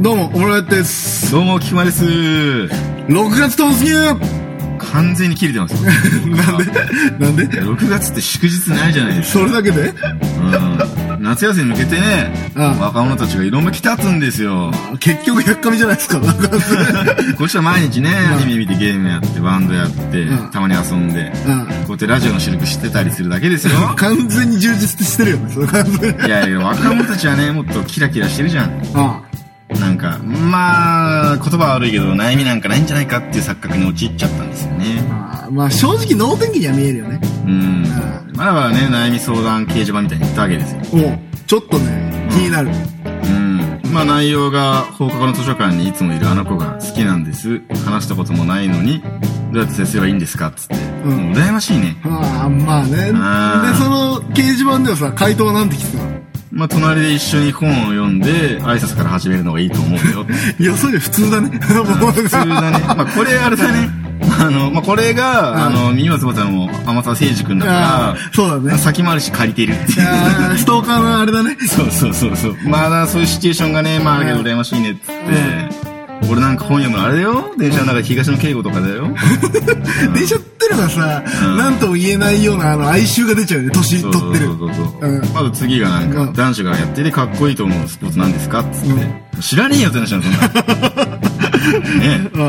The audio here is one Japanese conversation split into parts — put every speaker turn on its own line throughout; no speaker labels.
です。
どうも、菊間です。
6月突入
完全に切れてますよ。
なんで なんで
?6 月って祝日ないじゃないです
それだけで
か。うん。夏休みに向けてね、
うん
若者たちが色向き立つんですよ。
結局、100紙じゃないですか。 なんか
こっちは毎日ね、アニメ見てゲームやって、バンドやって、
うん
たまに遊んで、こ
うん
うやってラジオの収録してたりするだけですよ。
完全に充実してるよね、それ完全に。
いやいや、若者たちはね、もっとキラキラしてるじゃん。
あ
なんか、まあ、言葉は悪いけど、悩みなんかないんじゃないかっていう錯覚に陥っちゃったんですよね。
あまあ、正直、能天気には見えるよね。
うん。まだまだね、悩み相談掲示板みたいに言ったわけですよ。
おうちょっとね、気になる。
うん。まあ内容が放課後の図書館にいつもいるあの子が好きなんです。話したこともないのに、どうやって接すればいいんですかっつって。
ん
もう羨ましいね。
ああ、まあね。で、そ
あー
の掲示板ではさ、回答はなんて来てたの
まあ隣で一緒に本を読んで、挨拶から始めるのがいいと思う よ。
いや、それ普通だね。もう
普通だね。まあこれあれだね。 あの、まあこれが、あの、三浦つばさんも天沢誠二君 だ
ああ、
か
そうだ
ら、
ね。
先回りして借りてるっていう。
ああ、ストーカーのあれだね。
そうそうそうそう。まだそういうシチュエーションがね、まああるけど羨ましいねっつって。俺なんか本読むのあれだよ電車の中で東野敬吾とかだ よ。
電車ってのがさ、
ん
なんとも言えないような、あの、哀愁が出ちゃうよね。年取ってる。
そうそうそうそう、
うん
まず次がなん
うん
か、男子がやっててかっこいいと思うスポーツなんですかっつって、
う
知らねえよって話なんですよ。 ね
ああ、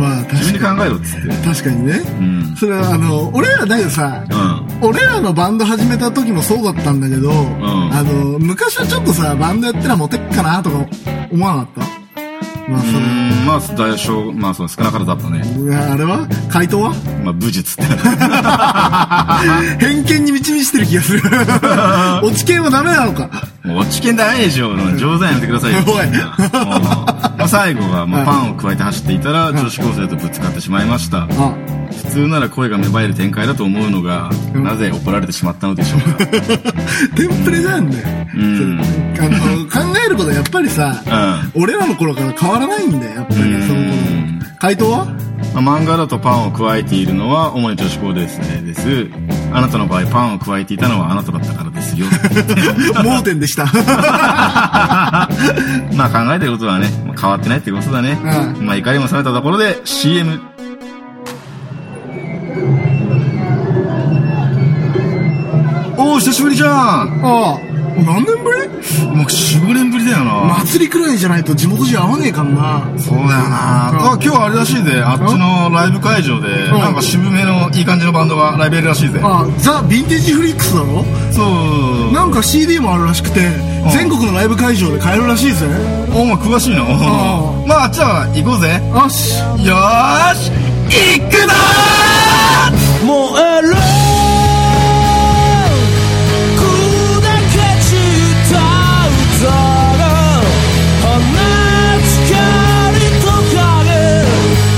まあ、確かに。
自分で考えろっつって。
確かにね。
うん。
それは、あの、俺らだけどさ、
う
俺らのバンド始めた時もそうだったんだけど、
ん
あの、昔はちょっとさ、バンドやってらモテっかなとか思わなかった。まあ、それ、
ん。まあ、大小、まあ、そう、少なからずだったね。
うわあれは回答は
まあ、武術って。
偏見に満ち満ちてる気がす る。落ち券はダメなのか。
もう、落ち券大でしょ。冗談やめてくださいよ。
おい
みんなもうまあ、最後は、ま
うん
あ、パンを加えて走っていたら、女子高生とぶつかってしまいました。
あ、
普通なら声が芽生える展開だと思うのが、
うん
なぜ怒られてしまったのでしょうか。
テンプレなんだよ。
うん
それあの、考えることはやっぱりさ、
う
俺らの頃から変わらないんだよ、やっぱり、
うん
その頃。回答 は
まあ漫画だとパンを加えているのは主に女子高ですねですあなたの場合パンを加えていたのはあなただったからですよ
盲点でした。
まあ考えてることはねまあ変わってないってことだね、
う
まあ怒りも冷めたところで CM おお久しぶりじゃん
ああ、何年ぶり
もう45年ぶりだよな、
祭りくらいじゃないと地元じゃ合わねえからな。
そうだよなあ今日あれらしいぜあっちのライブ会場で
ん
なんか渋めのいい感じのバンドがライブやるらしいぜ
ああ、ザ・ヴィンテージフリックスだろ
そう
なんか CD もあるらしくて、全国のライブ会場で買えるらしいぜ。
お前詳しいの
あ
まああっちは行こうぜ
あし。
よーし行くぞ
燃える砕け散った歌が放つ光と影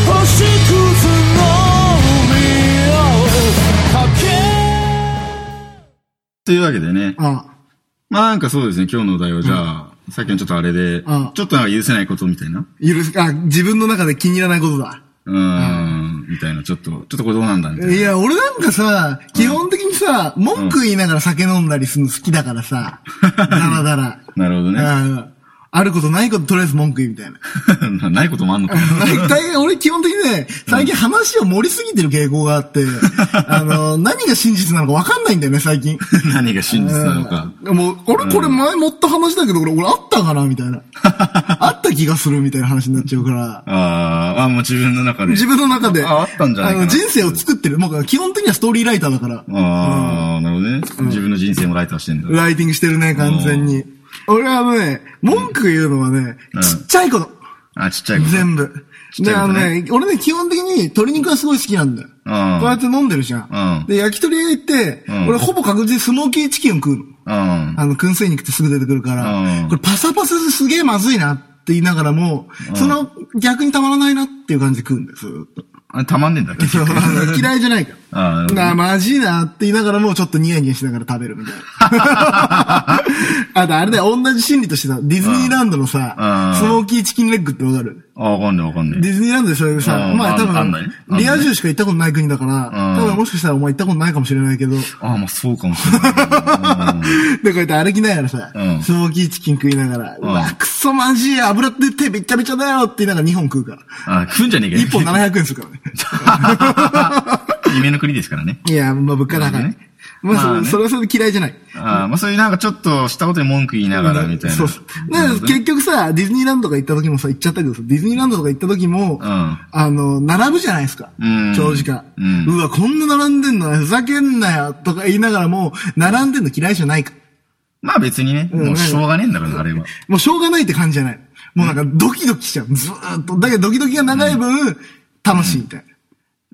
星屑の海を駆け
というわけでね。
ああ、
まあなんかそうですね、今日のお題はじゃあ、さっきのちょっとあれで、ち
う
ょ
ん
っとなんか許せないことみたいな。
許す、あ、自分の中で気に入らないことだ。
うーん、みたいな、ちょっと、ちょっとこれどうなんだみたいな。
いや、俺なんかさ、基本的にさ、文句言いながら酒飲んだりするの好きだからさ、だらだら。
なるほどね。
ああることないこととりあえず文句言うみたいな。
ない こともあんのかな。
大体俺基本的にね、最近話を盛りすぎてる傾向があ って、あの、何が真実なのか分かんないんだよね、最近。
何が真実なのか。
うんもう、俺これ前もった話だけど、俺、俺あったかなみたい な。あった気がするみたいな話になっちゃうから。
あーあ、もう自分の中で。
自分の中で。
ああったんじゃないかな
あの人生を作ってる。もう基本的にはストーリーライターだから。
ああ、なるほどね。自分の人生もライターしてんだ。
ライティングしてるね、完全に。俺はね、文句言うのはね、
うん
ちっちゃいこと。
あ、ちっちゃいこと。
全部。
っちゃ
で、
い
あ
こと
の
ね
ね、俺ね、基本的に鶏肉がすごい好きなんだよ。
うん
こうやって飲んでるじゃん。
うん
で、焼き鳥屋行って、
うん
俺ほぼ確実にスモーキーチキンを食うの。
うん。
あの、燻製肉ってすぐ出てくるから、
うん
これパサパサですげえまずいなって言いながらも、その逆にたまらないなっていう感じで食うんです。ずーっと
あれ、たまんねえんだっけ
嫌いじゃないから。
あー
な、マジなって言いながらもちょっとニヤニヤしながら食べるみたいな。 あとあれだよ、同じ心理としてさ、ディズニーランドのさ、
うん
スモーキーチキンレッグってわかる
あ、わかんないわかんな
デ
い。
ィズニーランドでそれさ、
うん
まあ多
あんあんない
分
あん、ない
リア充しか行ったことない国だから、
うん
多分もしかしたらお前行ったことないかもしれない けど、
ああ、まあそうかもしれない。うん
で、こうやって歩きながらさ、
うん
スモーキーチキン食いながら、うわ、くそマジ油って手べっちゃべちゃだよって言いながら2本食うから。
あー、食うんじゃねえかよ
1本700円するからね。
夢の国ですからね。
いや、まあ物価高い。
なるほどね
まあ、そ
まあね
それはそれで嫌いじゃない。
ああ、まあそういうなんかちょっとしたことに文句言いながらみたいな。
そうそう。だから結局さ、ディズニーランドとか行った時もさ、行っちゃったけどさ、ディズニーランドとか行った時も、
ん
あの、並ぶじゃないですか
うん。
長時間。
うん
わ、こんな並んでんのふざけんなよとか言いながらも、並んでんの嫌いじゃないか。
まあ別にね、
ん
もうしょうがねえんだから、あれは。
もうしょうがないって感じじゃない。もうなんかドキドキしちゃう。ずーっと。だけどドキドキが長い分、楽しいみたいな。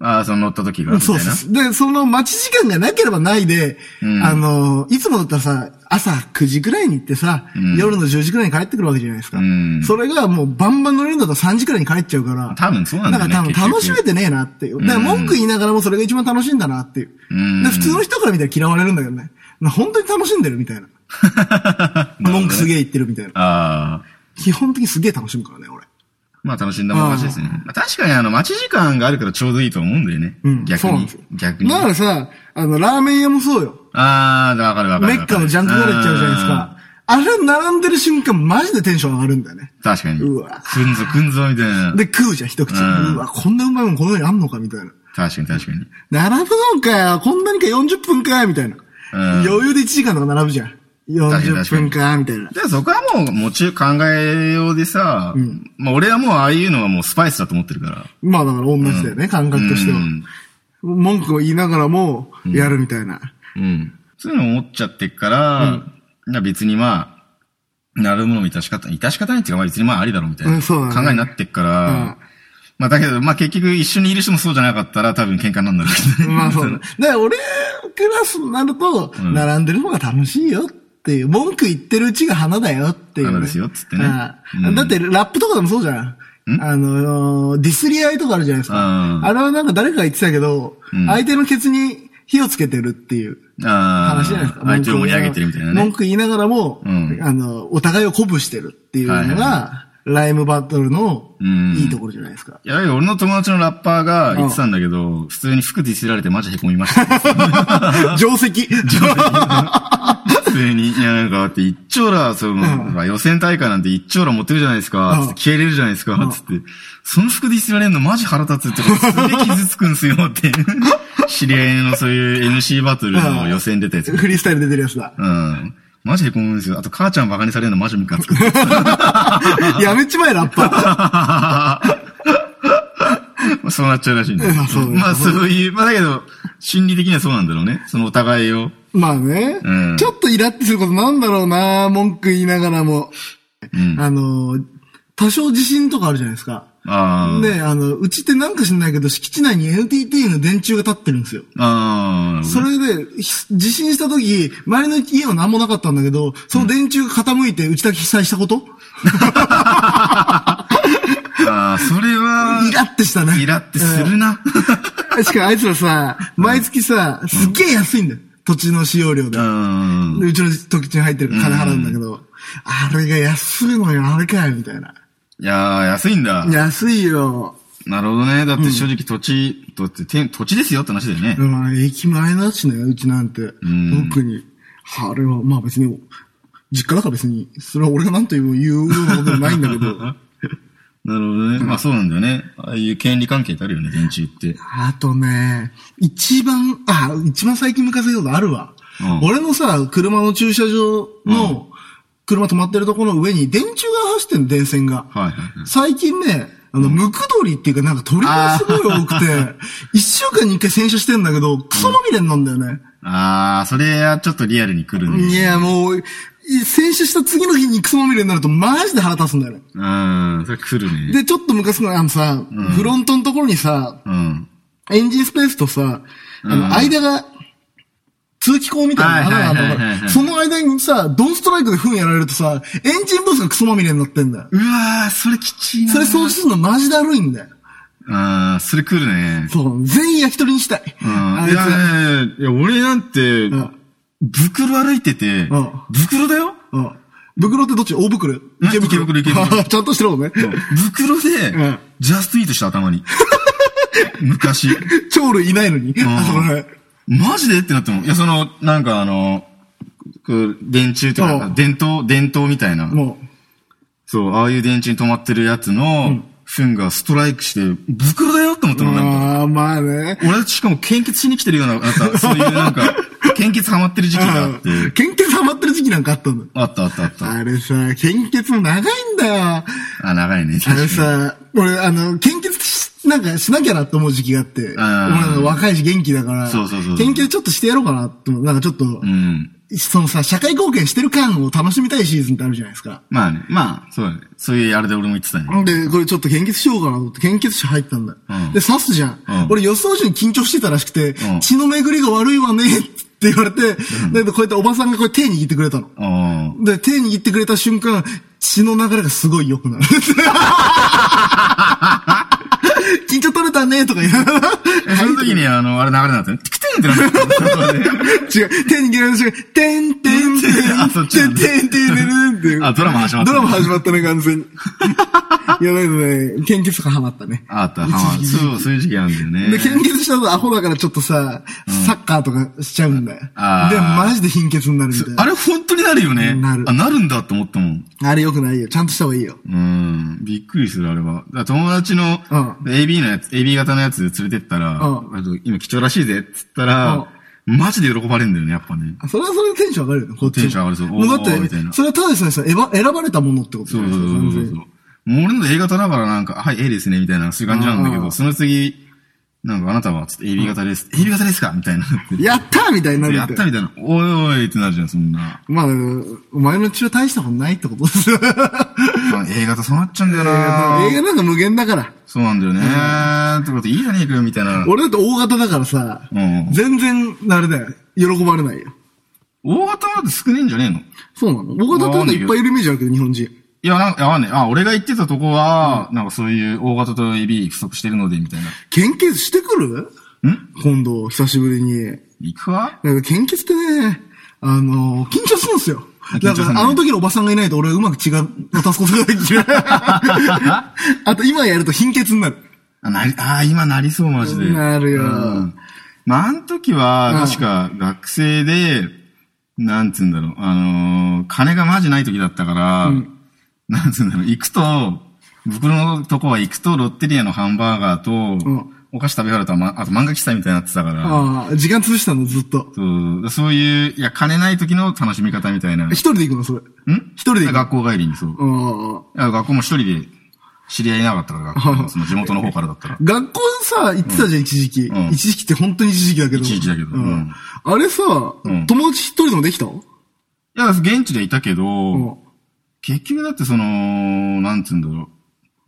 ああ、その乗った時が。みた
そ
いうな
そうそう。で、その待ち時間がなければないで、
うん
あの、いつもだったらさ、朝9時くらいに行ってさ、
うん
夜の10時くらいに帰ってくるわけじゃないですか。
うん
それがもうバンバン乗れるんだったら3時くらいに帰っちゃうから。
多分そうなんだよね
から多
結
分
局
楽しめてねえなっていう。だから
うん
文句言いながらもそれが一番楽しいんだなっていう。
うん
で普 通の人から見たら嫌われるんだけどね。な本当に楽しんでるみたいな。文句すげえ言ってるみたいな。
ああ。
基本的にすげえ楽しむからね、俺。
まあ楽しんだもん勝ちですね。まあ、確かにあの、待ち時間があるからちょうどいいと思うんだよね。
うん。
逆
そうなん
に
ですよ。
逆に。
だからさ、あの、ラーメン屋もそうよ。
ああ、わかるわかる
メ
わか
ッカ
る。
のジャンクガレッちゃうじゃないですか。あれ並んでる瞬間、マジでテンション上がるんだよね。
うん。確かに。
うわ
くんぞくんぞみたいな。
で、食うじゃん、一口。
うん
うわ、こんなうまいもんこの世にあんのかみたいな。
確かに確かに。
並ぶのかよ、こんなにか40分かみたいな。余裕で1時間とか並ぶじゃん。
確かに
40
確か
分
に
かみたいな。
じゃあそこはもう、もちろん考えようでさ、
ん
まあ俺はもうああいうのはもうスパイスだと思ってるから。
まあだから同じだよね、感覚としては。
うん
文句を言いながらも、やるみたいな。
うん。そういうの思っちゃってっから、な別にまあ、なるものも致し方、致し方ないっていうか、まあ別にまあありだろうみたいな、
うんそうだね
考えになってっから、
うん
まあだけど、まあ結局一緒にいる人もそうじゃなかったら多分喧嘩になんだろうけどね。
まあそう だ。だから俺クラスになると、並んでる方が楽しいよっていう、文句言ってるうちが花だよっていう、
花ですよっつってね
ああ
うん
だってラップとかでもそうじゃん。あの、ディスり合いとかあるじゃないですか。
うん
あれはなんか誰かが言ってたけど、
ん
相手のケツに火をつけてるっていう。
ああ
話じゃないですか。
相手を盛り上げてるみたいな
文
ね。
句言いながらも、
うん
あの、お互いを鼓舞してるっていうの
はいは
が、ライムバトルの
うん
いいところじゃないですか。
いや、俺の友達のラッパーが言ってたんだけど、普通に服ディスられてマジ凹みました。
定 石。
普通に、いや、なんか、だって、一丁羅、その、予選大会なんて一丁羅持ってるじゃないです
う
か、
ん
つって消えれるじゃないですか、つって、その服ディスられんのマジ腹立つって、すげえ傷つくんすよ、って。 知り合いのそういう MC バトルの予選出たや つ。
フリースタイルで出るやつだ。
うん。マジへこむんですよ。あと、母ちゃんバカにされるのマジム カつくって。
やめちまえ、ラッパー。
まあそうなっちゃうらしいんだよ
うんそう
まあ、そういう、まあ、だけど、心理的にはそうなんだろうね。そのお互いを。
まあね、
うん
ちょっとイラってすることなんだろうな、文句言いながらも。
うん。
あの、多少地震とかあるじゃないですか。
ああ。
で、あの、うちってなんか知んないけど、敷地内に NTT の電柱が立ってるんですよ。
ああ。
それで、ひ地震した時、周りの家は何もなかったんだけど、その電柱が傾いて、うちだけ被災したこと
ああ、それは、
イラってしたね。
イラってするな。
うん。しかもあいつらさ、毎月さ、すっげえ安いんだよ。土地の使用料で
う。ん。
でうちの時地に入ってるから金払うんだけど、あれが安いのよ、あれかよ、みたいな。
いやー、安いんだ。
安いよ。
なるほどね。だって正直土地、だって天土地ですよって話だよね。
まあ、駅前だしね、うちなんて。
ん
特に。あれは、まあ別に、実家だから別に、それは俺が何と言う言うようなことでもないんだけ ど。
なるほどね。まあそうなんだよね。ああいう権利関係ってあるよね、電柱って。
あとね、一番、あ、一番最近ムカついたことあるわ。
うん
俺のさ、車の駐車場の、車止まってるところの上に電柱が走ってんの、電線が。
はいはいはい
最近ね、あの、ムクドリっていうかなんか鳥がすごい多くて、 一週間に一回洗車してんだけど、クソまみれになんだよね。
あー、それはちょっとリアルに来る
い
ね。
や、もう、い洗車した次の日にクソまみれになるとマジで腹立つんだよね。
うん、それ来るね。
で、ちょっとムカつくのは、あのさ、フロントのところにさ、
うん。
エンジンスペースとさ、あ
うん
の、間が、通気口みたいな穴がある
はいはい
の
はいはいは
が、
い
その間にさ、ドンストライクで糞やられるとさ、エンジンブースがクソまみれになってんだよ。
うわー、それきちいな。
それ掃除するのマジだるいんだよ。
ああ、それ来るね。
そう、全員焼き鳥にしたい。
うん
あ
い
いつ
やね、いや、俺なんて
ん、
袋歩いてて
ん、
袋だよ
うん。袋ってどっち大袋
ん池袋池 袋
ちゃんとしてるもんね。
袋
うん
で、ジャストイートした頭 に。昔。
鳥類いないのに。あそこら辺
マジでってなっても。いや、その、なんかあの、こう電柱と
う
か、
ん
電灯、電灯みたいな。
も
そう、ああいう電柱に止まってるやつの、糞がストライクして、袋だよって思った
う。
の、なんか。
ああ、まあね。
俺、しかも献血しに来てるような、な んか、そういうなんか、献血ハマってる時期があって。
献血ハマってる時期なんかあったんだ。
あったあったあった。
あれさ、献血も長いんだよ。あ
あ、長いね。
れ
確かに
さ、俺、あの、献血しなんかしなきゃなって思う時期があって、俺
あー
の若いし元気だから
そうそうそ、う
献血ちょっとしてやろうかなって思う、なんかちょっと、
うん。
そのさ、社会貢献してる感を楽しみたいシーズンってあるじゃないですか。
まあね、まあ、そうだね。そういうあれで俺も言ってたね。
で、これちょっと献血しようかなと思って、献血師入ったんだ。
うん
で、刺すじゃん。
うん
俺予想以上に緊張してたらしくて、
うん
血の巡りが悪いわね、って言われて、だけどこうやっておばさんがこう手握ってくれたの。
あ
で、手握ってくれた瞬間、血の流れがすごい良くなる。緊張取れたね、とか言いながら。
あ。その時に、あの、あれ流れなかったね。クテンってなった
違う、手握られた瞬間、てんてんてん、
あそっち
て
なんんだ
てんてんてんっていう。
あドラマ始まった
ドラマ始まったね、完全に。いや、だけどね、献血とかハマったね。
あった、はあ、そう、そういう時期なんだよね。
で、献血した後アホだからちょっとさ、サッカーとかしちゃうんだよ。で、
あー
マジで貧血になるみたいな。
あれ本当になるよね。
なる
あ、なるんだって思ったもん。
あれ良くないよ。ちゃんとした方がいいよ。
うん。びっくりする、あれは。だから友達の、
うん
AB のやつ、AB 型のやつ連れてったら、
う
あと今貴重らしいぜって言ったら、マジで喜ばれるんだよね、やっぱね。
それはそれでテンション上がるよね、こっちも。
テンション上がるそう
もうだっ
おーみ
て
たい、な
それはただでさえさ、選ば選ばれたものってこと
そ
だ
う
よ
そ
ね
うそうそうそう。もう俺の A 型だからなんか、はい、A ですね、みたいな、そういう感じなんだけ
あー
ど、その次、なんかあなたは、ちょっと AB 型です。AB 型ですかみたいな。
やったーみたいになる
や
ん
っ
だ
た
よ。
みたいな。おいおいってなるじゃん、そんな。
まあ、お前の血は大したことないってことですよ。
まあ A 型そうなっちゃうんだよ
映
な
画なんか無限だから。
そうなんだよねってこといいじゃねえかよ、みたいな。
俺だって大型だからさ、
うん
全然、あれだよ。喜ばれないよ。
大型なんて少ねえんじゃねえの
そうなの大型ってなんかいっぱいいるイメージあるけど、日本人。
いや、なんか、わかんない。あ、俺が言ってたとこは、なんかそういう大型と AB 不足してるので、みたいな。
献血してくる
ん
今度、久しぶりに。
行くわ
なんか献血ってね、あの緊張するんですよ。
緊
だ
張す
か
るね
ら、あの時のおばさんがいないと俺はうまく血が渡すことができ る。あと、今やると貧血になる。
あ、なり、あー今なりそう、マジで。
なるよ
うんまあ、あの時は、
うん
確か学生で、なんつうんだろう、あのー金がマジない時だったから、なんつうんだろう、行くと、僕のとこは行くと、ロッテリアのハンバーガーと、
ん
お菓子食べ終わると、ま、あと漫画喫茶みたいになってたから、
ああ、時間潰したの、ずっと。
そうそういう、いや、金ない時の楽しみ方みたいな。ん
一人で行くの、それ。一人で行く
学校帰りにそう。
うん。
いや学校も一人で知り合いいなかったから、学校その地元の方からだったら。
学校さ、行ってたじゃん、一時期
う。ん
一時期って本当に一時期だけど。
一時期だけど
う
うんん
あれさ
ん、
友達一人でもできたの
いや、現地でいたけど、
うん
結局だってその、なんつうんだろ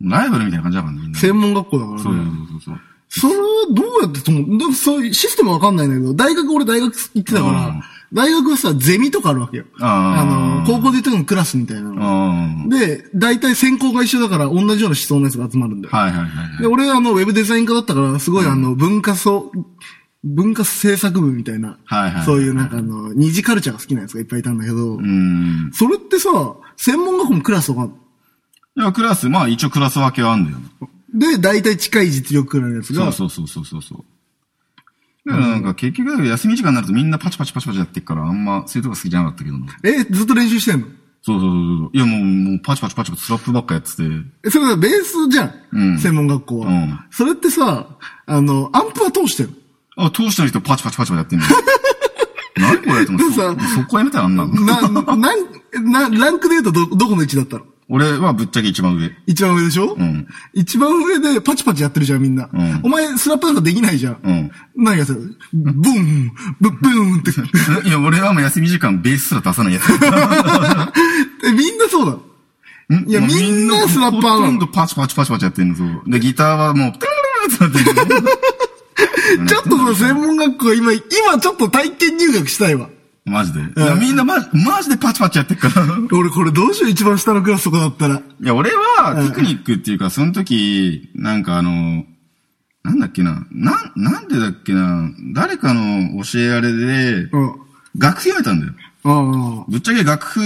う。ライバルみたいな感じだからね、みんな。
専門学校だか
そ
ら
うそう
ね。
そうそう。
それはどうやってとも、だってそういうシステムわかんないんだけど、大学、俺大学行ってたか
うん
ら、大学はさ、ゼミとかあるわけよ。
あ
あの、
ー
高校で言ったのクラスみたいな
う
の。
ん。
で、大体専攻が一緒だから、同じような思想のやつが集まるんだよ。
はいはいはいはい。
で、俺はあの、ウェブデザイン科だったから、すごいあの、文化層、文化制作部みたいな
はいはいはい、
そういうなんかあの、二次カルチャーが好きなやつがいっぱいいたんだけど
う、ん。
それってさ、専門学校もクラスとか、
いや、クラス、まあ一応クラス分けはあんだよ。
で、大体近い実力くらいのやつ
そ
が
う、そうそうそうそうそう。だからなんか結局休み時間になるとみんなパチパチパチパチやってっから、あんまそういうとこ好きじゃなかったけどな。
え、ずっと練習してんの
そうそうそうそう。いやもう、もうパチパチパチパチスラップばっかやってて。
え、それはベースじゃん、
うん
専門学校は、
うん
それってさ、あの、アンプは通してる。
あ、通してる人パチパチパチパチやってんの。何これと思って
でもさ
そそこやめたらあんなの。
な、 なん、な、ランクで言うとど、どこの位置だったの
俺はぶっちゃけ一番上。。
一番上でしょうん一番上でパチパチやってるじゃん、みんな。
ん
お前、スラップなんかできないじゃん。
うん
何がさ、ブン、ブッブンっ て。
いや、俺はもう休み時間ベースすら出さないやつ。
え、みんなそうだろ。いや
もう
みんなスナッパーなの
ほとんどパチパチパチパチやってんの、そう。で、ギターはもう、テララララってなってるの
ちょっとさ、専門学校今、今ちょっと体験入学したいわ。
マジで。いや、みんなマジ、マジでパチパチやってっから。い
俺これどうしよう、一番下のクラスとかだったら。
や、俺は、テクニックっていうか、その時、なんかあの、なんだっけな、なん、なんでだっけな、誰かの教えあれで、
うん。
楽譜やめたんだよ。
うん。
ぶっちゃけ楽譜、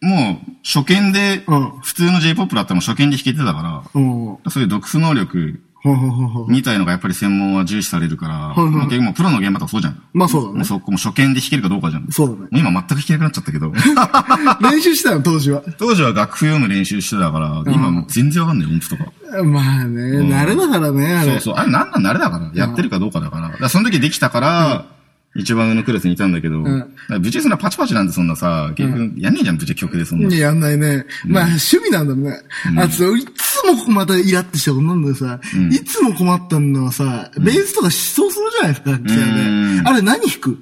もう、初見で
うん、
普通の J-POP だったの初見で弾けてたか
うん。
ら、そういう読譜能力
ほうほうほうほう。
みたいのがやっぱり専門は重視されるから、
いはい
まあ結構もうプロの現場とかそうじゃん。
まあそうだ
もう
ね。
そこも初見で弾けるかどうかじゃん。
そうだね
もう今全く弾けなくなっちゃったけ ど。
練習してたの、当時は。
当時は楽譜読む練習してたから、今もう全然わかんない音符とか。
まあね、慣れだからね、あ
そう
れ。
そう。あれなんなん慣れだから。やってるかどうかだから。だからその時できたから、一番上のクラスにいたんだけど、
ん
だからぶっちゃけそんなパチパチなんてそんなさ、結局やんねえじゃん、ぶっちゃけ曲でそんな。
やんないね。まあ、趣味なんだろうね。あと、いつもまたイラってしたことなんだけどさ、いつも困ったのはさ、ベースとか失踪するじゃないですか、楽器はね
うん
あれ何弾く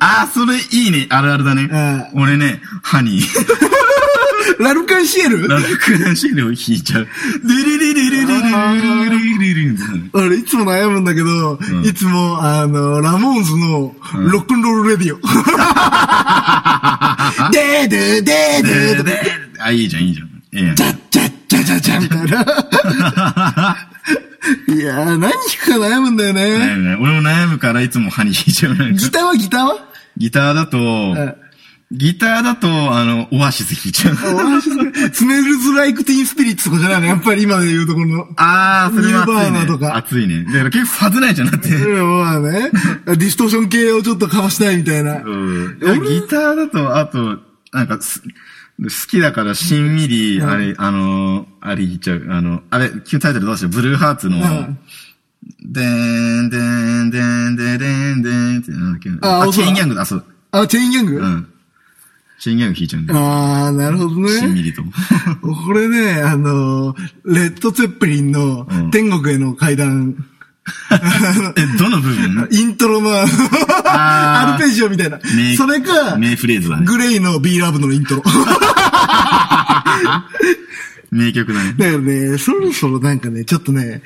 ああ、それいいね。あるあるだね
う。
俺ね、ハニー。
ラルカンシエル
ラルクランシールを弾い ちゃう。ルルルルルルルルルルルル
俺いつも悩むんだけど、いつも、あの、ラモーンズの、ロックンロールレ ディオ。 でーでーでーでーでーでー、
あ、いいじゃん、いいじゃん。ええや ん。
じゃっじゃじゃじゃみたいな。いやー、何弾くか悩むんだよね。
悩むね俺も悩むからいつもハニー弾いちゃうなんか。
ギターはギターは
ギターだと、ギターだと、あの、オアシス弾いちゃ う。
スネルズ・ライク・ティーン・スピリッツとかじゃないのやっぱり今で言うところの。
あー、それは
ニルバーナ
熱
と
いね。
か
熱いね。だから結構外ないじゃん、だって。
うんまあね。ディストーション系をちょっとかわしたいみたいな。
うん。ギターだと、あと、なんかす、好きだから、しんみり、あれ、あのー、あれ弾いちゃう。あの、あれ、旧タイトルどうしようブルーハーツの
ん、
でーん、でーん、でーん、でーん、でーん、でーんって、なんだっけ。
あ青空
チェーンギャングだ、あ、そう。
あ、チェイン・ギャング、
うん。チェーンギャング弾いちゃうんだよ。
あー、なるほど
しん
ね。
み りと。
これね、あのー、レッド・ツェッペリンの
ん
天国への階段、
え、どの部分
イントロのあの
あー
アルペジオみたいな
名。
それか、
名フレーズだね。
グレイの B ラブのイントロ。
名曲だね。
だからね、そろそろなんかね、ちょっとね、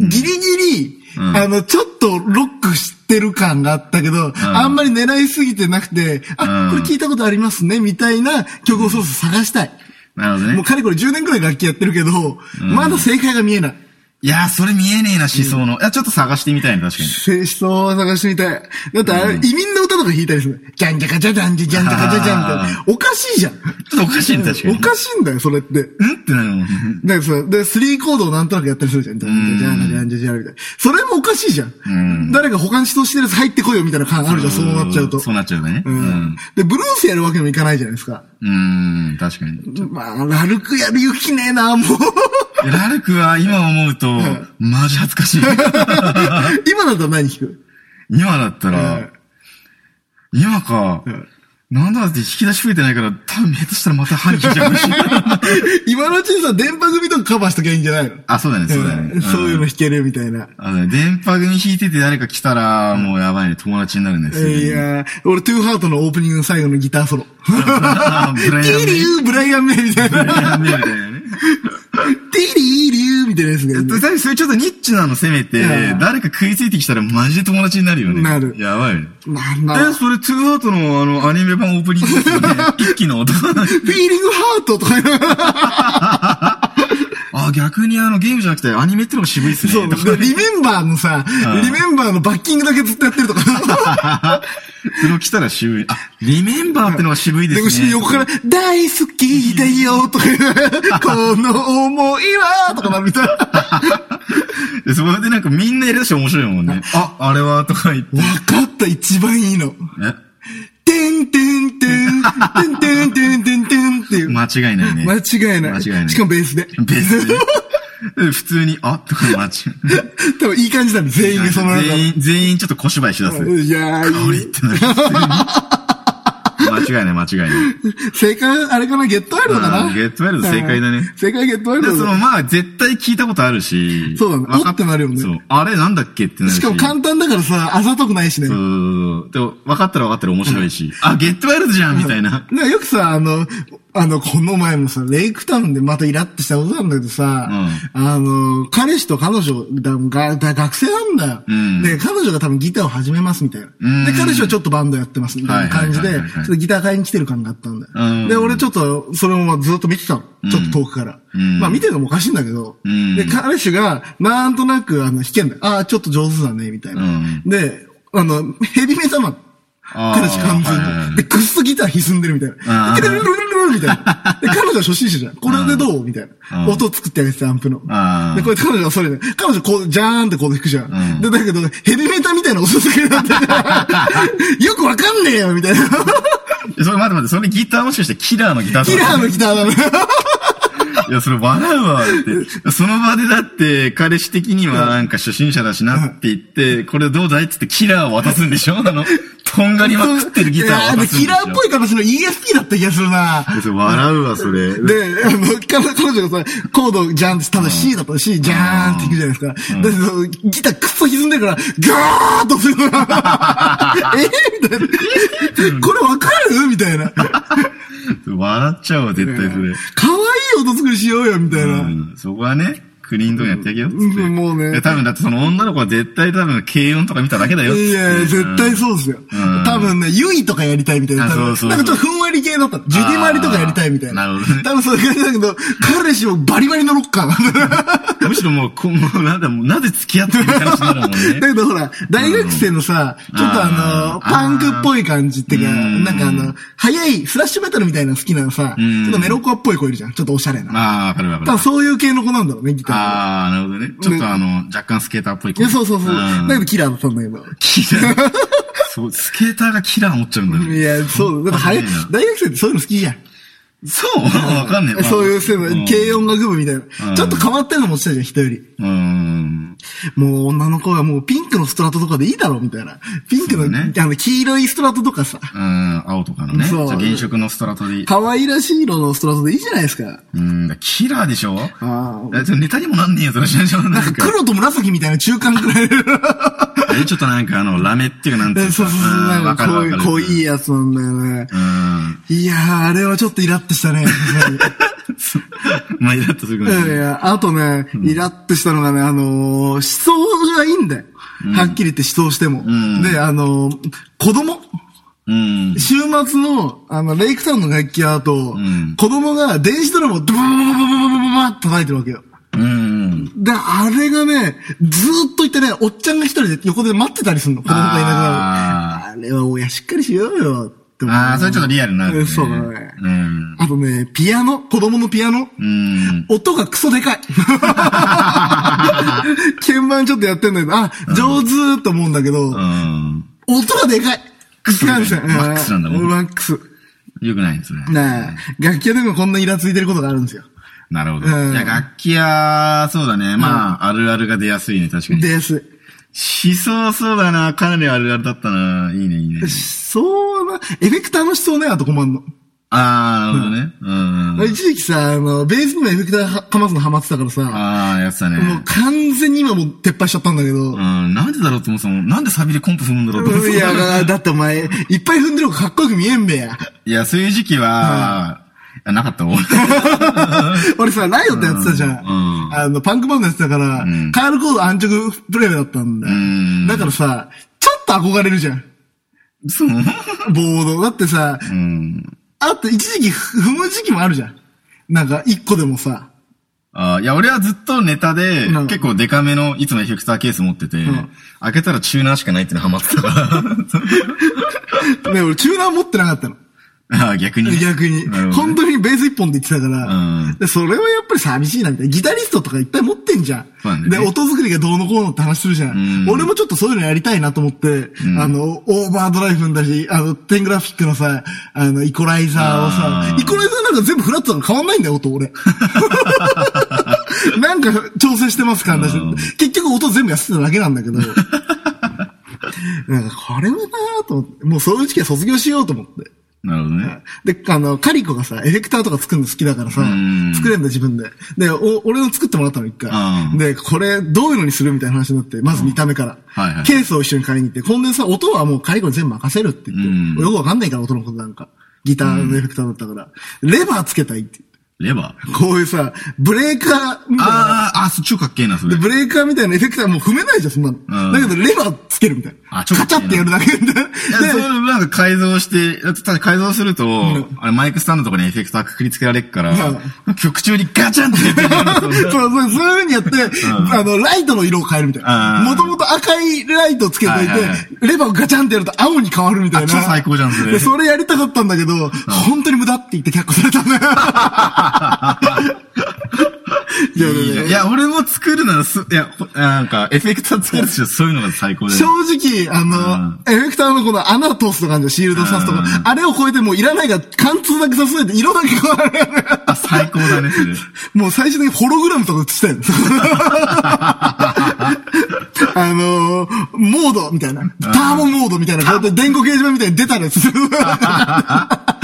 ギリギリ、
うん
あの、ちょっとロックしてる感があったけど、あんまり狙いすぎてなくて、あ、
うん
これ聞いたことありますね、みたいな曲をそろそろ探したい。
なるほどね。
もうかれこれ10年くらい楽器やってるけど、まだ正解が見えない。
いやー、それ見えねえな、思想の。いや、ちょっと探してみたいね、確かに。
正思想を探してみたい。だってあれ、移民の歌とか弾いたりする。じゃんじゃかじゃじゃんじゃじゃんじゃかじゃじゃんって。おかしいじゃん。
ちょっとおかしいね、確かに。
おかしいんだよ、それって。
うんってなるもんね。
だからさ、で、スリーコードをなんとなくやったりするじゃん。じゃんじゃんじゃんじゃんじゃんみたいな。それもおかしいじゃん。誰か保管しとしてるやつ入ってこいよみたいな感あるじゃん、そうなっちゃうと。
そうなっちゃうね。う
うんん。で、ブルースやるわけにもいかないじゃないですか。
うん、確かに。
まあ、ラルクやる勇気ねえ な、もう。
いやラルクは今思うと、マジ恥ずか しい。
今だったら何弾 く
今だった
う
ら
ん、
今か、なんだって引き出し増えてないから、多分下手したらまた歯に引いちゃうかもしれ ない。
今のうちにさ、電波組とかカバーしときゃいいんじゃないの
あ、そうだね、そうだ
うん
ね。
そういうの
ん。
弾けるみたいな。
あのね電波組引いてて誰か来たら、もうやばいね、友達になるんですよ。
いやー、俺、トゥーハートのオープニングの最後のギター ソロ。
あブライ
テ
ア
ィ
ン
ーリ
メイ。
ュー、ブライアンメイみたい
ブライア
な。
ンメイみたいなね。
ティーリーリューみたいなやつがいいね
だからそれちょっとニッチなの攻めて、
うん
誰か食いついてきたらマジで友達になるよね。
なる
やばいよね。
なんだ
え、それ、ツーハートの、あの、アニメ版オープニングですよね。一気 の音。
フィーリングハートとか言う
あ、逆にあの、ゲームじゃなくて、アニメってのが渋いっすね。
そう、
とか
でリメンバーのさ、
うん
リメンバーのバッキングだけずっとやってるとか。
それを来たら渋い。あ、リメンバーってのが渋いで
で、後
す
ろ
ね。
横から、大好きだよとか 言う、この思いはとかなるみたいな。わ
でそこでなんかみんなやりだして面白いもんね。あ、あれは、とか言って。
かった、一番いいの。
え
てんてんてん、てんてんてんてんてんっていう。
間違いないね。
間違いない。
間違いない。
しかもベースで。
別に。 で普通に、あ、とか間違い。
多分いい感じなんで、全員でその中
全員、全員ちょっと小芝居しだす。
いやー、
俺
い
っ
い
てなる。間違いない、間違いない。
正解、あれかなゲットワイルドか
う
なん
ゲットワイルド正解だね
うん正解ゲットワイ
で、
ル
そ
ドだ
の、まあ、絶対聞いたことあるし。
そうだね
わか
おってなるよね
そう。あれなんだっけってなるし。
しかも簡単だからさ、あざとくないしね。
そう。でも、分かったら分かったら面白いし。あ、ゲットワイルドじゃんみたいな。
なんかよくさ、あの、あの、この前もさ、レイクタウンでまたイラッとしたことなんだけどさ、あの、彼氏と彼女だがだ、学生なんだよ、
うん
で、彼女が多分ギターを始めますみたいな。
うん
で、彼氏はちょっとバンドやってますみたいな感じで、
は
ち
いはい
ょ
はいはい
っとギター買いに来てる感があったんだよ。
うん
で、俺ちょっと、それもずっと見てたの。ちょっと遠くから。
うん
まあ見てるのもおかしいんだけど、
うん
で、彼氏が、なんとなく、あの、弾けんだよ。ああ、ちょっと上手だね、みたいな。
うん
で、あの、ヘビメタマン。
あー
彼氏完全に。
はいはいはい
で、くっそギター歪んでるみたい
あ
な。
ー
でルルルルルルみたいな。で、彼女は初心者じゃん。これでどうみたいな。
うん
音作ってあげてたアンプの。
あー
で、これ彼女はそれで、彼女こう、ジャーンってコード弾くじゃ。
うんん
で、だけど、ヘビメタみたいな音作りだって。よくわかんねえよみたいな。
えそれ待って待って、それギターもしかしてキラーのギター
キラーのギターだな。
いや、それ笑うわ、って。その場でだって、彼氏的にはなんか初心者だしなって言って、これどうだいって言ってキラーを渡すんでしょあの、とんがりまくってるギターを
いや
渡
です
んでしょ
キラーっぽい形の ESP だった気がするな。
いやそれ笑うわ、それ。
で、あの、彼女がさ、コードジャンって、ただ C だったら C ジャーンっていくじゃないですか。で、そのギターくっそ歪んでるから、ガーッとす るの。えみたいな。これわかるみたいな。
笑っちゃうわ、絶対それ。
可愛い音作りしようよ、みたいな。
うんそこはね、クリーンドーンやってあげようっつって。
うんもうね
いや多分だってその女の子は絶対多分軽音とか見ただけだよっつって。
いやいや、絶対そうですよ。
ん
多分ね、ゆいとかやりたいみたいな。
あ
多分
そうそう
なんかちょっとふんわり系だったの。ジュディマリとかやりたいみたいな。
あーなるほどね
多分そういう感じだけど、彼氏もバリバリのロッカーなんだ
うんむしろもう、こうもうなんだ、もうなぜ付き合ってるみたいな話に なるもんね
だ。けどほら、大学生のさ、
ん
ちょっとあの、
あー
パンクっぽい感じっていうか、
うん
なんかあの、早い、フラッシュメタルみたいなの好きなのさ、ち
ん
ょっとメロコアっぽい子いるじゃん。ちょっとオシャレな。
まあ、わかるわ
多
かる
分。そういう系の子なんだろうね、ギターは。
ああ、なるほどね。ちょっとあの、若干スケーターっぽい
い
子。
や、そうそうそう。だ
ん
けどキラーだったんだけど。
キラ ー。そう、スケーターがキラー持っちゃうんだよ。
いや、そう、だって早い
すごいな、
大学生ってそういうの好きじゃん。
そうわかんねえ。
そういうせい
うん
の、軽音楽部みたい
うん
な。ちょっと変わってるのもしてたじゃん、人より。
うん。
もう女の子はもうピンクのストラトとかでいいだろ、みたいな。ピンクの、
そうね
あの、黄色いストラトとかさ。
うん、青とかのね。
そう
じゃあ原色のストラトでいい。
可愛らしい色のストラトでいいじゃないですか。
うん、だからキラーでしょ
あー
だってネタにもなんねえよ、それ。な
なん
ん
か
か。
黒と紫みたいな中間くらい。
えちょっとなんかあの、ラメっていうかなんてい
そう
う
そうそう。
ん
な
わ
んか
かる
こ
わ
う
か
い
る。
う、濃いやつなんだよね。
うん。
いやー、あれはちょっとイラッとしたね。
まあ、イラッとする
い
けど
やい
ね。
や、あとね、イラッとしたのがね、あのー、思想がいいんだよ。はっきり言って思想しても。
ん
で、あのー、子供
うん。
週末の、あの、レイクタウンの楽器アート、
ん
子供が電子ドラムをドバババババババババって叩いてるわけよ。
うん。
で、あれがね、ずーっといてね、おっちゃんが一人で横で待ってたりするの、子供がいなくなる。
あ
あれは親しっかりしようよ、って思う
ああ、それちょっとリアルな、
えそうだね。
うん。
あとね、ピアノ、子供のピアノ、
うん。
音がクソでかい。鍵盤ちょっとやってんだけど、あ、上手と思うんだけど、
うん。
音がでかい。クソ
でかいマックスなんだもん
マックス。
よくないですね。
ねえ、楽器屋でもこんなイラついてることがあるんですよ。
なるほど。
うん
いや、楽器屋、そうだね。まあ、あるあるが出やすいね、確かに。
です。
思想そうだな。かなりあるあるだったな。いいね、いいね。
そうな、エフェクターのしそうね、あと困んの。
あー、なるほどね。うん。
一時期さ、あの、ベースにもエフェクターかますのハマってたからさ、
あー、やってたね。
もう完全に今もう撤廃しちゃったんだけど、
うん、なんでだろうと思ってたもん。なんでサビでコンプ踏むんだろうと思って
い
た
や、だってお前、いっぱい踏んでる方がかっこよく見えんべ や。
いや、そういう時期は、いやなかったもん。
俺さ、ライオットやってたじゃん。
うんうん
あの、パンクバンドやってたから、
ん
カールコード安直プレイだったんだよ。
うん
だからさ、ちょっと憧れるじゃん。
そう。
ボード。だってさ、
うん。
あと一時期踏む時期もあるじゃん。なんか、一個でもさ。
あーいや、俺はずっとネタで、
うん
結構デカめの、いつもエフェクターケース持ってて、開けたらチューナーしかないっていうのハマってたから。
ね、俺、チューナー持ってなかったの。
あー逆にね。
逆に
なる。ほどね
本当にベース一本で言ってたから、
うん
でそれはやっぱり寂しいな、みたいな。ギタリストとかいっぱい持ってんじゃん。
そうなんだよ
で、
ね
音作りがどうのこうのって話するじゃん。
うん
俺もちょっとそういうのやりたいなと思って、あの、オーバードライフんだし、あの、テングラフィックのさ、あの、イコライザーをさ
あ、ー
イコライザーなんか全部フラットなの変わんないんだよ、音、 俺。なんか調整してますから、
うん
私結局音全部やってただけなんだけど。 なんか、これはなぁと思って、もうそういう時期は卒業しようと思って。
なるほどね。
で、あの、カリコがさ、エフェクターとか作るの好きだからさ
ん、
作れんだ自分で。で、お俺の作ってもらったの一回
う。ん
で、これ、どういうのにするみたいな話になって、まず見た目から。
はいはい
ケースを一緒に買いに行って、コンデンサー、音はもうカリコに全部任せるって言って。
うん
よくわかんないから、音のことなんか。ギターのエフェクターだったから。レバーつけたいって。
レバー
こういうさ、ブレーカーみたいな。
あー、あ、そ超かっけえな、それ
で、。ブレーカーみたいなエフェクターもう踏めないじゃん、そんなの。
ん
だけど、レバーつけるみたいな。カ
あちょっと
チャってやるだけみたい
いや
な。
そ
で
れ、なんか改造して、だってただ改造すると、あれマイクスタンドとかにエフェクターくくりつけられっから、曲中にガチャンってやって
そうそう、そういう風にやって、あの、ライトの色を変えるみたいな。
うん
もともと赤いライトをつけといて
はいはいは、
レバーをガチャンってやると青に変わるみたいな。
あ超最高じゃんそれ
で それやりたかったんだけど、本当に無駄って言って却下されたね。 いや
い
いや
や、い
いや
や俺も作るならす、いや、ほなんか、エフェクター作るとしたらそういうのが最高だ
正
よ。
直、あの、エフェクターのこの穴を通すとかあるじゃんシールド刺すとか、
う
あれを超えてもういらないが貫通だけさせて色だけ変わる。
あ最高だね、それ。
もう最終的にホログラムとか映した いのあのー、モードみたいな。ターボモードみたいな。こうやって電光掲示板みたいに出たら する。
あ、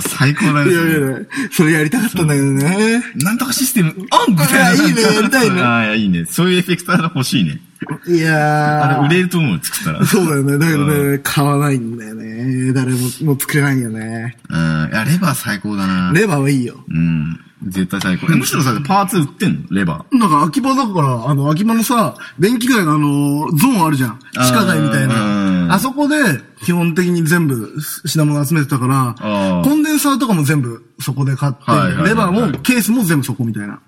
最高だね、
い
そ
やいや
れ。
いや、それやりたかったんだけどね。
なんとかシステム、オンみたいな。
あいいねやりたいね
ああ、いいね。そういうエフェクターが欲しいね。
いや
あ
ー
れ、売れると思う、作ったら。
そうだよね。だけどね、買わないんだよね。誰も、もう作れないよね。
うん。いや、レバー最高だな。
レバーはいいよ。
うん。絶対最高。えむしろさ、パーツ売ってんのレバー。
なんか秋葉だから、あの、秋葉のさ、電気街のあの、ゾーンあるじゃん。地下街みたい
うん
な。あそこで、基本的に全部、品物集めてたから、
あー
コンデンサーとかも全部そこで買って
はいはいはいは、い
レバーも、ケースも全部そこみたいな。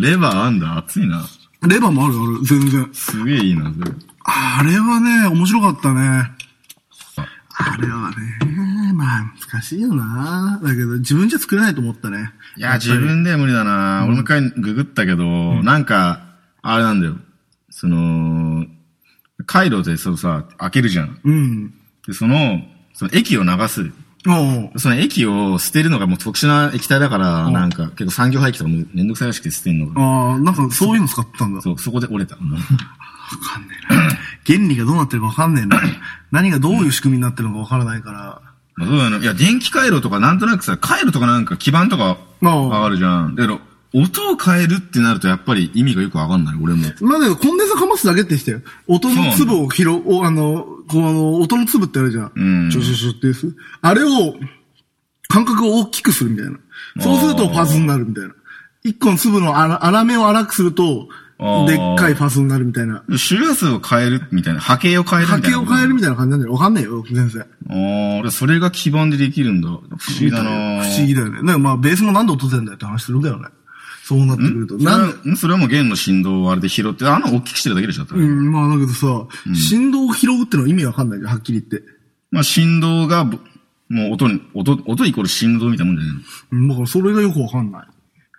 レバーあ んだ、熱いな。
レバーもあるある、全然。
すげえいいな、それ。
あれはね、面白かったね。あれはね、まあ、難しいよな。だけど、自分じゃ作れないと思ったね。
いや、自分では無理だな。俺も一回ググったけど、なんか、あれなんだよ。その、回路でそのさ、開けるじゃん。
うん。
で、その、その液を流す。
おう
その液を捨てるのがもう特殊な液体だから、なんか、結構産業廃棄とかもめんどくさいらしくて捨てんのが。
ああ、なんかそういうの使ってたんだ。
そう、そこで折れた。もう
原理がどうなってるか分かんねえ な。何がどういう仕組みになってるのか分からないから。
まあそうだね。いや、電気回路とかなんとなくさ、回路とかなんか基板とか上がるじゃん。だけど、音を変えるってなるとやっぱり意味がよくわかんない、俺も。
まあだけど、コンデンサーかますだけって人よ。音の粒を拾う、おあの、こうあの、音の粒ってあるじゃん。
うん
ちょちょちょってやつ。あれを、感覚を大きくするみたいな。そうすると
あー
ファズになるみたいな。一個の粒の粗粗めを粗くすると
あ、ー
でっかいファズになるみたいな。
周波数を変えるみたいな、波形を変える
波
み
形
たいな。
を変えるみたいな感じなんだよ。わかんないよ、全然。
あー俺、それが基盤でできるんだ。不思議だな
不思議だよね。だからまあ、ベースもなんで音出てんだよって話するけどね。そうなってくると。
な
なんで
んそれはもう弦の振動をあれで拾って、あの大きくしてるだけでしょ、多
う
分
ん、まあだけどさ、振動を拾うってのは意味わかんないじゃん、はっきり言って。
まあ、振動が、ぼもう音に、音、音イコール振動みたいなもんじゃ
うんだからそれがよくわかんない。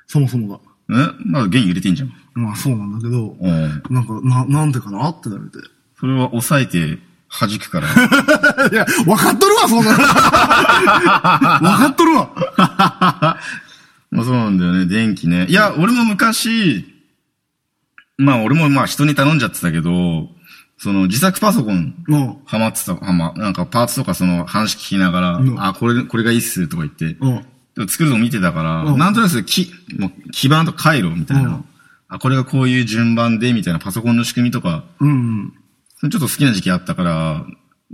そもそもが。
ないのえまあ、弦入れてんじゃん。
まあそうなんだけど、
うん。
なんか、な、なんでかなってなれて。
それは抑えて弾 くから。
いや、わかっとるわ、そんなの わかっとるわ。
まあそうなんだよね、電気ね。いや、俺も昔、まあ俺もまあ人に頼んじゃってたけど、その自作パソコン
うん。
ハマってた、ハマ、なんかパーツとかその話聞きながら、
うん
あ、これ、これがいいっすとか言って、
うん。
でも作るの見てたから、
うん
なんとなくき、もう基盤と回路みたいな、
うん
あ、これがこういう順番でみたいなパソコンの仕組みとか、
うん。
ちょっと好きな時期あったから、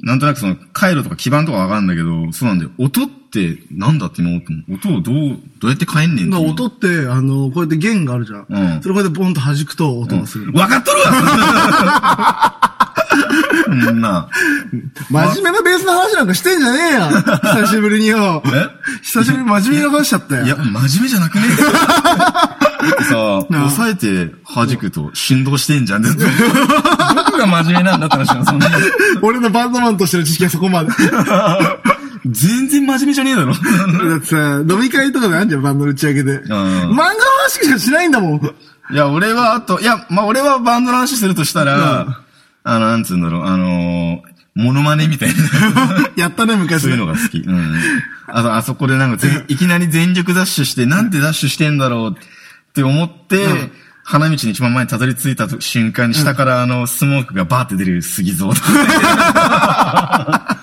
なんとなくその回路とか基盤とかわかるんだけど、そうなんだよ。音ってなんだって今思っても音をどう、どうやって変えんねん
ま
と
あ
思う
音って、あの、こうやって弦があるじゃん。
うん
それこうやってボンと弾くと音がする。
わかっとるわそんな。
真面目なベースの話なんかしてんじゃねえよ 久しぶりによ。
え
久しぶりに真面目な話しちゃったよ。
いや、真面目じゃなくねだってさ、
なあ
抑えて弾くと振動してんじゃん。どこが真面目なんだって話だよ、そんな。
俺のバンドマンとしての知識はそこまで。
全然真面目じゃねえだろ。
だってさ、飲み会とかであんじゃん、バンドの打ち上げで。漫画の話しかしないんだもん。
いや、俺は、あと、いや、まあ、俺はバンドの話するとしたら、あの、なんつうんだろう、あのー、モノマネみたいな。
やったね、昔。
そういうのが好き。うん。あと、あそこでなんか全、いきなり全力ダッシュして、なんでダッシュしてんだろうって思って、花道に一番前にたどり着いたと 瞬間に、下からあの、スモークがバーって出る杉蔵とか。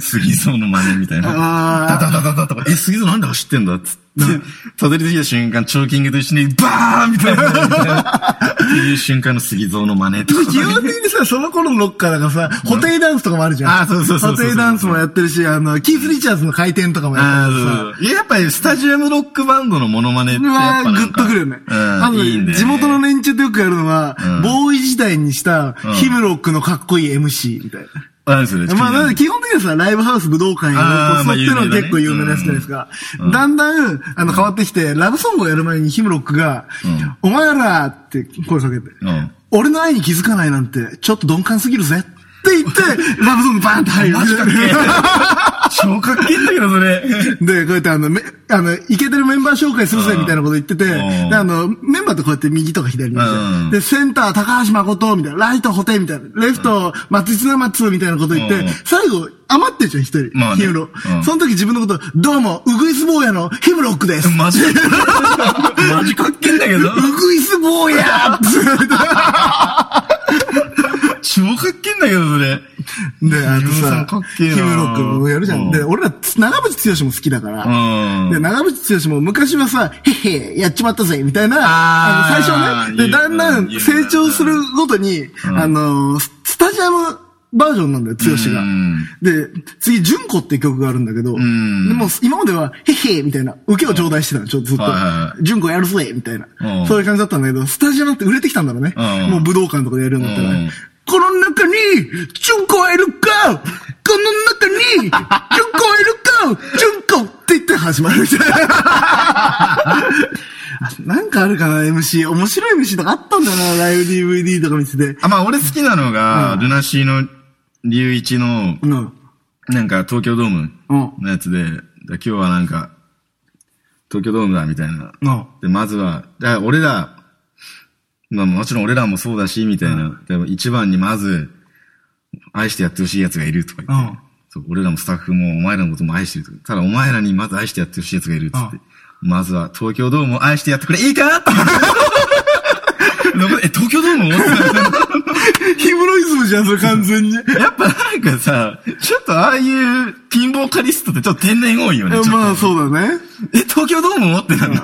杉蔵の真似みたいな。
あ
ダ
ー
ダダダダとか、え、杉蔵なんで走ってんだっつって、たどり着いた瞬間、チョーキングと一緒に、バーンみたいな。っていう瞬間の杉蔵の真似とか。
基本的にさ、その頃のロッカーだからさ、固定ダンスとかもあるじゃん。
あーそうそうそうそう
固定ダンスもやってるし、あの、キース・リチャーズの回転とかもや
あ
ってるしさ。
ーそういややっぱりスタジアムロックバンドのモノマネっ
う
てやっ
わ
ぱ
ー、
な
グ
ん
ッ
か
とくるよね。
うん、いいんだよ、ね。
地元の連中とよくやるのは、
ん
ボーイ時代にした、
ん
ヒムロックのかっこいい MC みたいな。
あそれ
まあ、なんで基本的にはさ、ライブハウス武道館への
あーま
コスト
あ
っていうのは結構有
有
名な
名だ
やつ
ね
じゃないですか。だんだん、あの、変わってきて、ラブソングをやる前にヒムロックが、お前らって声かけて、
ん
俺の愛に気づかないなんて、ちょっと鈍感すぎるぜって言って、ラブソングバーンって入る。
超かっけえんだけど、それ。
で、こうやってあの、め、あの、イケてるメンバー紹介するぜ、みたいなこと言ってて、
ん
で、あの、メンバーってこうやって右とか左に
う
し
ん
て、で、センター高橋誠、みたいな、ライト補填みたいな、レフト松井綱松、みたいなこと言っ
う
て
ん、
最後、余ってるじゃん、一人。
まあね
ヒムロ
う。ん
その時自分のこと、どうも、ウグイス坊やのヒムロックです。
マジ、マジかっけえんだけど。
ウグイス坊や
超かっけえんだけど、それ。
で、あと
ヒムロさ
さ
んかっ、けえ
ヒ
な
ムロックもやるじゃ。
うんん
で、俺ら、長渕剛も好きだから、
うん
で、長渕剛も昔はさ、へっへやっちまったぜ、みたいな、
あー
の最初ね、で、
言う
だんだん
うん
成長するごとに、あの、ススタジアムバージョンなんだよ、剛が
うん。
で、次、純子って曲があるんだけど、で
ん
も今までは、へっへみたいな、受けを頂戴してたの、ちょっとずっと
はいはいは。
純子やるぜ、みたいな
う。ん
そういう感じだったんだけど、スタジアムって売れてきたんだろうね。
うん
もう武道館とかでやるようになったら
う
ね
ん。
この中に、純子はいるかこの中に、純子はいるか純子って言って始まるみ たいな。あなんかあるかな、MC。面白い MC とかあったんだな、ライブ DVD とか見てて。
あ、まあ、俺好きなのが、ルナシーの、龍一の、
うん。
なんか、東京ドーム
うん
のやつで、今日はなんか、東京ドームだ、みたいな。
うん
で、まずは、だ俺ら、まあ、もちろん俺らもそうだし、みたいな。でも、一番にまず、愛してやってほしい奴がいるとか言って。
うん
そう俺らもスタッフもお前らのことも愛してるとか。ただ、お前らにまず愛してやってほしい奴がいるっつって。まずは、東京ドームを愛してやってくれ、いいか 残りえ、東京ドーム
ヒムロイズムじゃん、それ完 全に。
やっぱなんかさ、ちょっとああいうピンボーカリストってちょっと天然多いよね。ちょっと
まあ、そうだね。
え、東京ドームをってなんだ。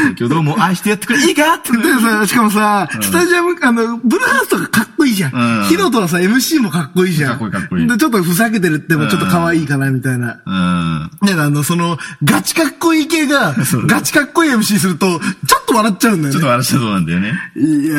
東京ドームを愛してやってくれ、いいかって。
でさ、しかもさ、スタジアム、あの、ブルーハーツとかかっこいいじゃ。
うんん
ヒロトはさ、MC もかっこいいじゃん。
かっこいいかっこいい
で、ちょっとふざけてるってもちょっと可愛いかな、みたいな。
うん。
ね、あの、その、ガチかっこいい系が、ガチかっこいい MC すると、ちょっと笑っちゃうんだよ
ちょっと
ね。
笑っちゃそうなんだよね。
いや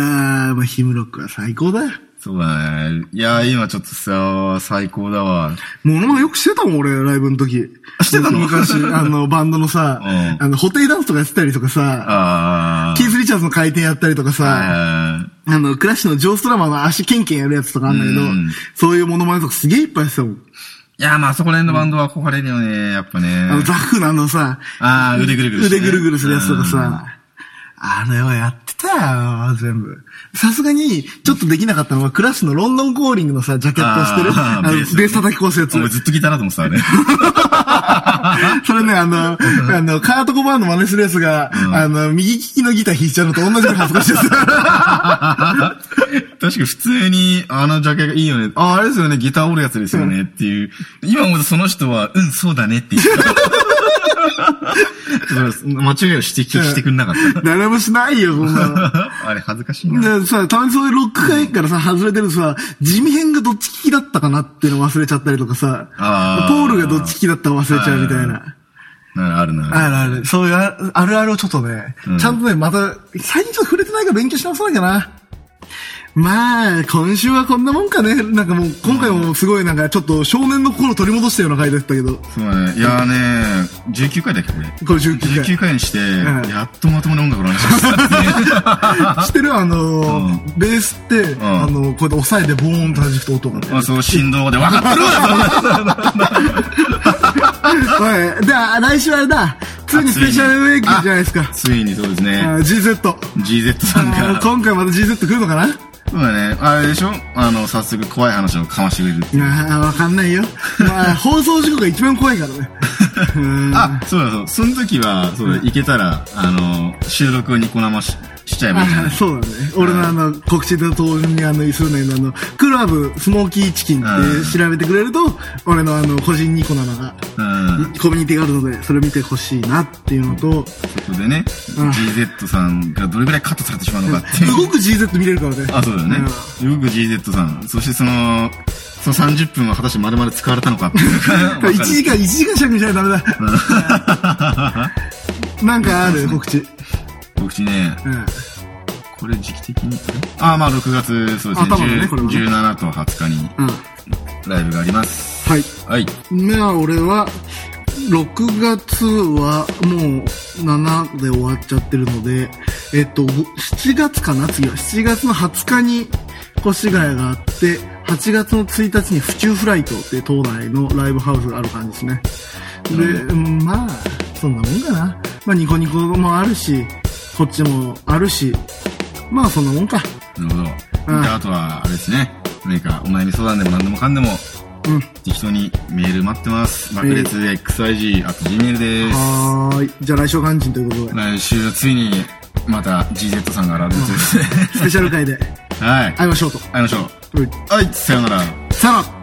ー、まあ、ヒムロックは最高だよ。
そうだね。いやー、今ちょっとさ、最高だわ。
ものまねよくしてたもん、俺、ライブの時。
してたの
昔、あの、バンドのさ、
うん
あの、ホテイダンスとかやってたりとかさ、
あ
キース・リチャーズの回転やったりとか
ー。
さ、
あー
あの、クラッシュのジョーストラマーの足ケンケンやるやつとかあんだけど
うん、
そういうモノマネとかすげえいっぱいしてたもん。
いやー、まあ、あそこら辺のバンドは憧れるよね、やっぱね。
あの、ザフのあのさ、
あー腕ぐるぐるして
腕
ね
ぐるぐるするやつとかさ、あれはやってたよ、全部。さすがに、ちょっとできなかったのは、クラッシュのロンドンコーリングのさ、ジャケットをしてる、あ
あー
の、ベ
ベース
ース叩き壊すやつ
お。前ずっと聞いたなと思ってた、あれ。
それね、あの、あの、カートコバーンの真似するやつが、あの、右利きのギター弾いちゃうのと同じぐらい恥ずかしいや
確かに普通に、あのジャケがいいよね。あ、あれですよね、ギター折るやつですよね、っていう。今もその人は、うん、そうだねって言った。だから間違いを指摘してくれなかっ
つ。誰もしないよ、こんなの。
た。 あれ恥ずかしいな。
でさ、たまにそういうロック界からさ、外れてるさ、地味編がどっち利きだったかなっていうの忘れちゃったりとかさ、
あー
ポールがどっち利きだったか忘れちゃうみたいな。
なるあるな。
あるある。そういうああるあるをちょっとね、ちゃんとね、また、最近ちょっと触れてないから勉強し直さなきゃな。まあ、今週はこんなもんかね。なんかもう、今回もすごいなんかちょっと少年の心を取り戻したような回だったけど、
そうね。いやーね、19回だっけ、これ。
これ19回。
19回にして、
ん
やっとまともな音楽の話を したっていう
知ってるあのー
う
ベースって、
ん
あのーこうやって押さえてボーンと弾くと音がね。
まあ、そう、振動で分かってるわ
はい。で、あ来週あれだ。ついにスペシャルウェイクじゃないですか。
ついにそうです
あ
ね。
GZ。
GZ さん
あ
が
ー。今回また GZ 来るのかな
そうだね。あれでしょあの、早速怖い話をかましてくれるっていう。
あーわかんないよ。まあ、放送事故が一番怖いからね。
あ、そうだそう。その時は、そうだ、行けたら、あの、収録をニコ生ししちゃえばいいじゃ
あ
ない
そうだね。俺のあの、告知の通りにあの、するのあの、クラブスモーキーチキンって調べてくれると、俺のあの、個人ニコ生が、
うん。
コミュニティがあるので、それ見てほしいなっていうの と、
そこでね、GZ さんがどれくらいカットされてしまうのかっていう。
動く GZ 見れるからね。
あ、そうだよね。よく GZ さん。そしてその、その30分は果たしてまるまる使われたのかっていうの が
1
わかる
時間、1時間しゃべりしないとダメだ。 なんかある告知。
告知ね、
うん。
これ時期的にあ、まあ6月、そうですね。
頭のね
10
これはね
17と20日に
うん。
ライブがあります。
はい。
はい。
まあ俺は、6月はもう7で終わっちゃってるので、えっと、ご7月かな次は。7月の20日に越谷があって、8月の1日に府中フライトって東大のライブハウスがある感じですね。で、まあ、そんなもんかな。まあニコニコもあるし、こっちもあるし、まあそんなもんか。
なるほど。で
うん
あとは、あれですね。何かお悩み相談でも何でもかんでも、
うん
適当にメール待ってます。爆裂 XYG、あと Gmail です。
はーい。じゃあ来週肝心ということで、
来週はついに、また GZ さんが現れてるという
スペシャル回で
ことで。はい。
会いましょうと。
会いましょう。
うん
はい、さよなら。
さよなら